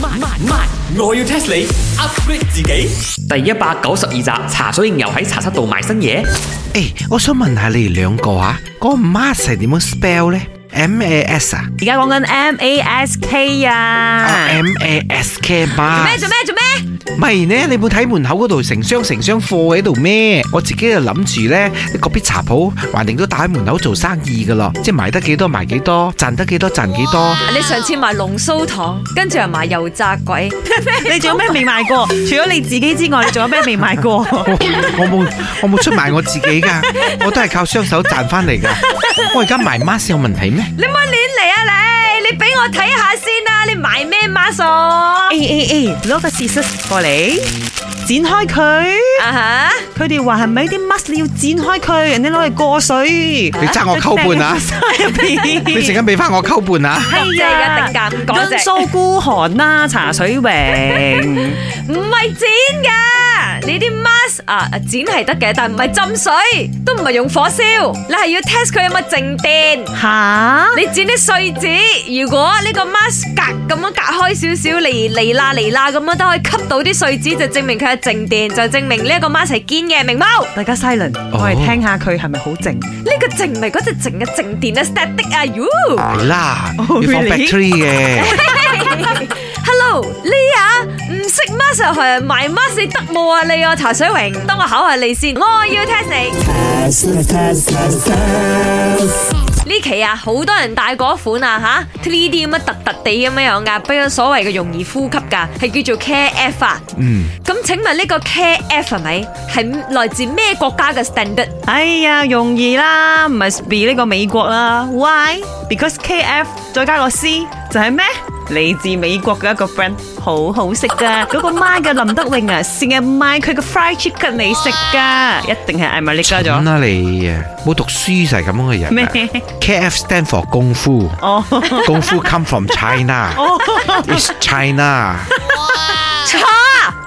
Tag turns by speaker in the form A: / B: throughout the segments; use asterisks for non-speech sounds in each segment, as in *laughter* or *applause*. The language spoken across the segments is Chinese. A: 慢慢慢，我要 test 你 upgrade 自己。
B: 第一百九十二集，茶水牛喺茶室度賣新嘢。
C: 诶，我想问下你哋两个啊，嗰、個个 mask 系点样 spell 咧？M A S 啊，
D: 而家講緊 M A S K à.
C: 啊
D: 啊，
C: M A S K
D: 咩
C: mask
D: 做咩做咩？
C: 咪呢？你冇睇門口嗰度成箱成箱貨喺度咩？我自己就諗住呢，嗰邊茶鋪還定都打喺門口做生意噶啦，即係賣得幾多賣幾多，賺得幾多賺幾多。
D: 你上次賣龍鬚糖，跟住又賣油炸鬼，
E: 你仲有咩未賣過？除咗你自己之外，你仲有咩未賣過？
C: 我我冇我冇出賣我自己噶，我都係靠雙手賺翻嚟噶。我而家賣 mask 有問題咩？
D: 你唔好亂嚟啊你！你俾我睇下先啊！你賣咩 mask 啊？
E: 诶诶诶，攞個 s c s 過嚟，剪開佢。
D: 啊哈！
E: 佢哋話係咪啲 mask 你要剪開佢，人哋攞嚟過水。
C: 你爭我溝半啊！你
D: à.
C: 陣間俾翻我溝半啊！
D: 係啊，定價唔講
E: 因
D: 啫，
E: 素孤寒啦，茶水榮。
D: 唔係剪㗎。你啲 mask 啊，剪係得嘅，但唔係浸水，都唔係用火燒，你係要 test 佢有冇靜電。
E: 吓？
D: 你剪啲碎紙，如果呢個 mask 隔咁樣隔開少少嚟嚟啦嚟啦咁樣都可以吸到啲碎紙，就證明佢係靜電，就證明呢一個 mask 係堅嘅，明冇？
E: 大家 silent，我哋聽下佢係咪好靜？
D: 呢個靜唔係嗰隻靜嘅靜電啊，static 啊，you。
C: 係啦，要
E: Oh,
C: 放
E: really？
C: battery 嘅。
D: *laughs* Hello，你啊唔識 mask 係賣 mask 你得冇啊你啊茶水榮，等我考下你先，我要 test 你。呢期啊，好多人戴嗰款啊吓，3D 咁樣突突地咁樣樣噶，比較所謂嘅容易呼吸噶，係叫做 KF 啊。
C: 嗯，
D: 咁請問呢個 KF 係咪係來自咩國家嘅 standard？
E: 哎呀，容易啦，唔係 be 呢個美國啦。Why? Because KF 再加個 C 就係咩？嚟自美國嘅一個 brand，好好食噶。嗰個媽嘅林德榮啊，成日賣佢嘅 fried chicken 嚟食噶，一定係艾米力加
C: 咁
E: 咗。
C: 啦你啊，冇讀書就係咁樣嘅人啊。
E: 咩
C: KF stand for 功夫。
E: 哦， *laughs*
C: 功夫 come from China。It's China。
D: 錯，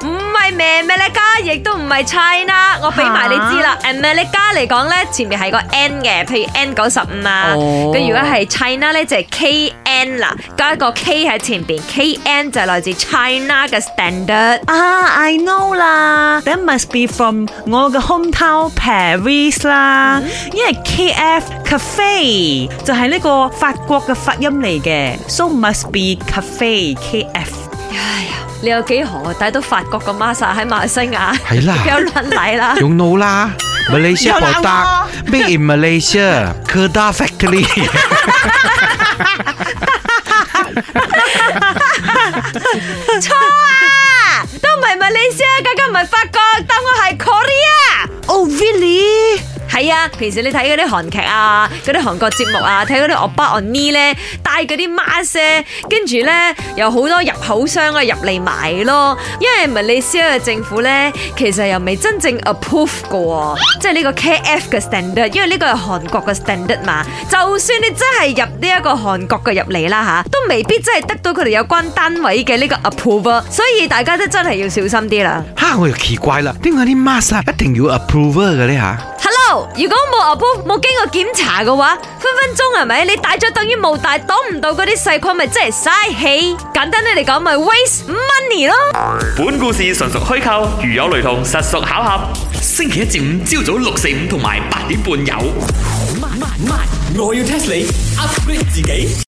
D: 唔係咩咩咧加，亦都唔係 China。我俾埋你知啦，America 嚟講咧，前面係個 N 嘅，譬如 N 九十五啊。咁、
E: 哦
D: 如果係 China 咧，就係 KN 啦，加一個 K 喺前邊，KN 就係來自 China 嘅 standard。
E: 啊，I Ah, know 啦，That must be from 我嘅 hometown Paris 啦，因為 KF cafe 就係呢個法國嘅發音嚟嘅，so must be cafe KF。
D: 哎你有幾何帶到法國嘅 masa 喺馬來西亞？
C: 係啦
D: 有卵奶
C: *laughs*
D: 啦。
C: 用腦啦。Malaysia
E: 有啦
C: product made in Malaysia. Kedah factory。 *laughs*
D: 錯啊，都唔係馬來西亞，更加唔係法國，當我係 Korea。
E: Oh really？
D: 係啊，平時你睇嗰啲韓劇啊，嗰啲韓國節目啊，睇嗰啲惡巴 on 呢咧，戴嗰啲 mask 咧，跟住咧有好多入口商啊入嚟買咯。因為馬來西亞嘅政府咧，其實又未真正 approve 過，即係呢個 KF 嘅 standard，因為呢個係韓國嘅 standard 嘛。就算你真係入呢一個韓國嘅入嚟啦吓，都未必真係得到佢哋有關單位嘅呢個 approval，所以大家都真係要小心啲啦。
C: 嚇！我又奇怪啦，點解啲 mask 啊一定要 approval 嘅呢嚇？
D: Hello，如果冇 approve 冇經過檢查嘅話，分分鐘係咪？你戴咗等於冇戴，擋唔到嗰啲細菌，咪真係嘥氣。簡單啲嚟講，咪 waste money 咯。
B: 本故事純屬虛構，如有雷同，實屬巧合。星期一至五朝早六四五同埋八點半有。
A: 慢慢慢，我要 test 你 upgrade 自己。